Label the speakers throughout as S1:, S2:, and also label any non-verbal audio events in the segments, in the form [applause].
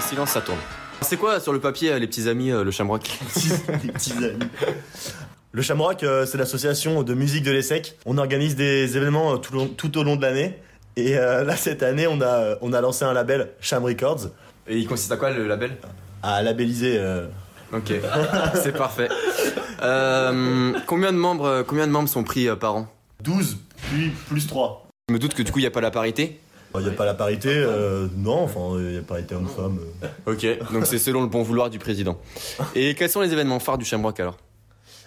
S1: silence, ça tourne. C'est quoi sur le papier, les petits amis, euh, le Shamrock
S2: Les petits [laughs] amis. Le Shamrock, euh, c'est l'association de musique de l'ESSEC. On organise des événements euh, tout, long- tout au long de l'année. Et euh, [laughs] là, cette année, on a, euh, on a lancé un label, Sham Records,
S1: Et il consiste à quoi le label
S2: à labelliser. euh,
S1: Ok, [laughs] c'est parfait. Euh, combien, de membres, combien de membres sont pris euh, par an
S2: 12, puis plus 3.
S1: Je me doute que du coup, il n'y a pas la parité.
S2: Il n'y a pas la parité, euh, non, enfin, il n'y a parité homme-femme. euh.
S1: Ok, [laughs] donc c'est selon le bon vouloir du président. Et quels sont les événements phares du Shamrock alors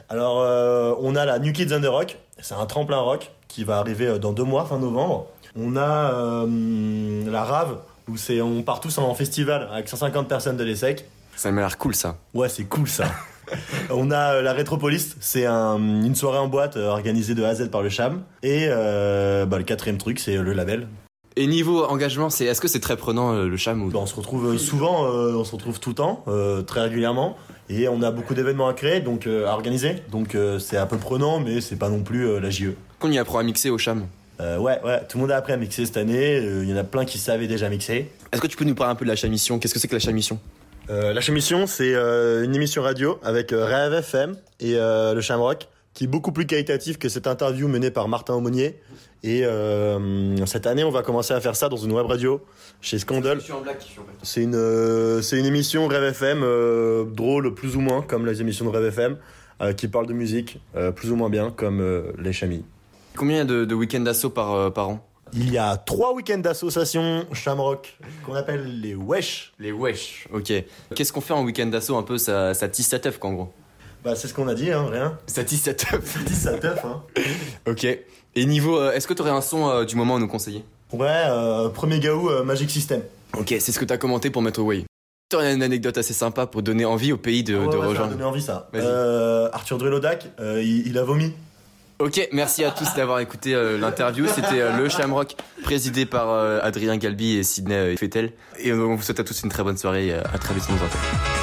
S2: Alors, euh, on a la New Kids on the Rock, c'est un tremplin rock qui va arriver euh, dans deux mois, fin novembre. On a euh, la Rave, où c'est on part tous en festival avec 150 personnes de E l'ESSEC.
S1: Ça m'a l'air cool ça.
S2: Ouais, c'est cool ça. On a euh, la Rétropolis, c'est un- une soirée en boîte euh, organisée de A à Z par le Cham. Et euh, bah, le quatrième truc, c'est le label.
S1: Et niveau engagement, c'est est-ce que c'est très prenant euh, le Cham ou...
S2: Bah, on se retrouve euh, souvent, euh, on se retrouve tout le temps, euh, très régulièrement. Et on a beaucoup d'événements à créer, donc euh, à organiser. Donc euh, c'est un peu prenant, mais c'est pas non plus euh, la JE.
S1: Qu'on y apprend à mixer au Cham
S2: Euh, ouais, ouais, tout le monde a appris à mixer cette année. euh, Il y en a plein qui savaient déjà mixer.
S1: Est-ce que tu peux nous parler un peu de la Chamission Qu'est-ce que c'est que la Chamission
S2: Euh, la Chamission, c'est euh, une émission radio avec euh, Rêve FM et euh, le Shamrock, qui est beaucoup plus qualitatif que cette interview menée par Martin Aumonier. Et euh, cette année, on va commencer à faire ça dans une web radio chez Scandal.
S1: suis en black,
S2: C'est une, euh, c'est une émission Rêve FM, euh, drôle plus ou moins, comme les émissions de Rêve FM, euh, qui parle de musique euh, plus ou moins bien, comme euh, les chamis.
S1: Combien il y a de, de week-ends d'assaut par, euh, par an
S2: Il y a trois week-ends d'association Shamrock, qu'on appelle les Wesh.
S1: Les wesh, ok. Qu'est-ce qu'on fait en week-end d'assaut un peu Ça, ça tisse sa teuf, quoi, en gros.
S2: Bah c'est ce qu'on a dit, hein, rien. [laughs]
S1: Ça tisse sa teuf.
S2: 10 ça teuf, hein.
S1: [laughs] Ok. Et niveau, euh, est-ce que t'aurais un son euh, du moment à nous conseiller
S2: Ouais, euh, premier gaou euh, Magic System.
S1: Ok, c'est ce que t'as commenté pour mettre away. T'aurais une anecdote assez sympa pour donner envie au pays de,
S2: Ah Ouais,
S1: de
S2: ouais, ça m'a
S1: rejoindre.
S2: donné envie ça.
S1: Vas-y.
S2: Euh, Arthur Drulodac, euh, il, il a vomi.
S1: Ok, merci à tous d'avoir écouté euh, l'interview. C'était euh, le Shamrock, présidé par euh, Adrien Galbi et Sidney euh, Fettel. Et euh, on vous souhaite à tous une très bonne soirée. euh, à très vite sur nos antennes.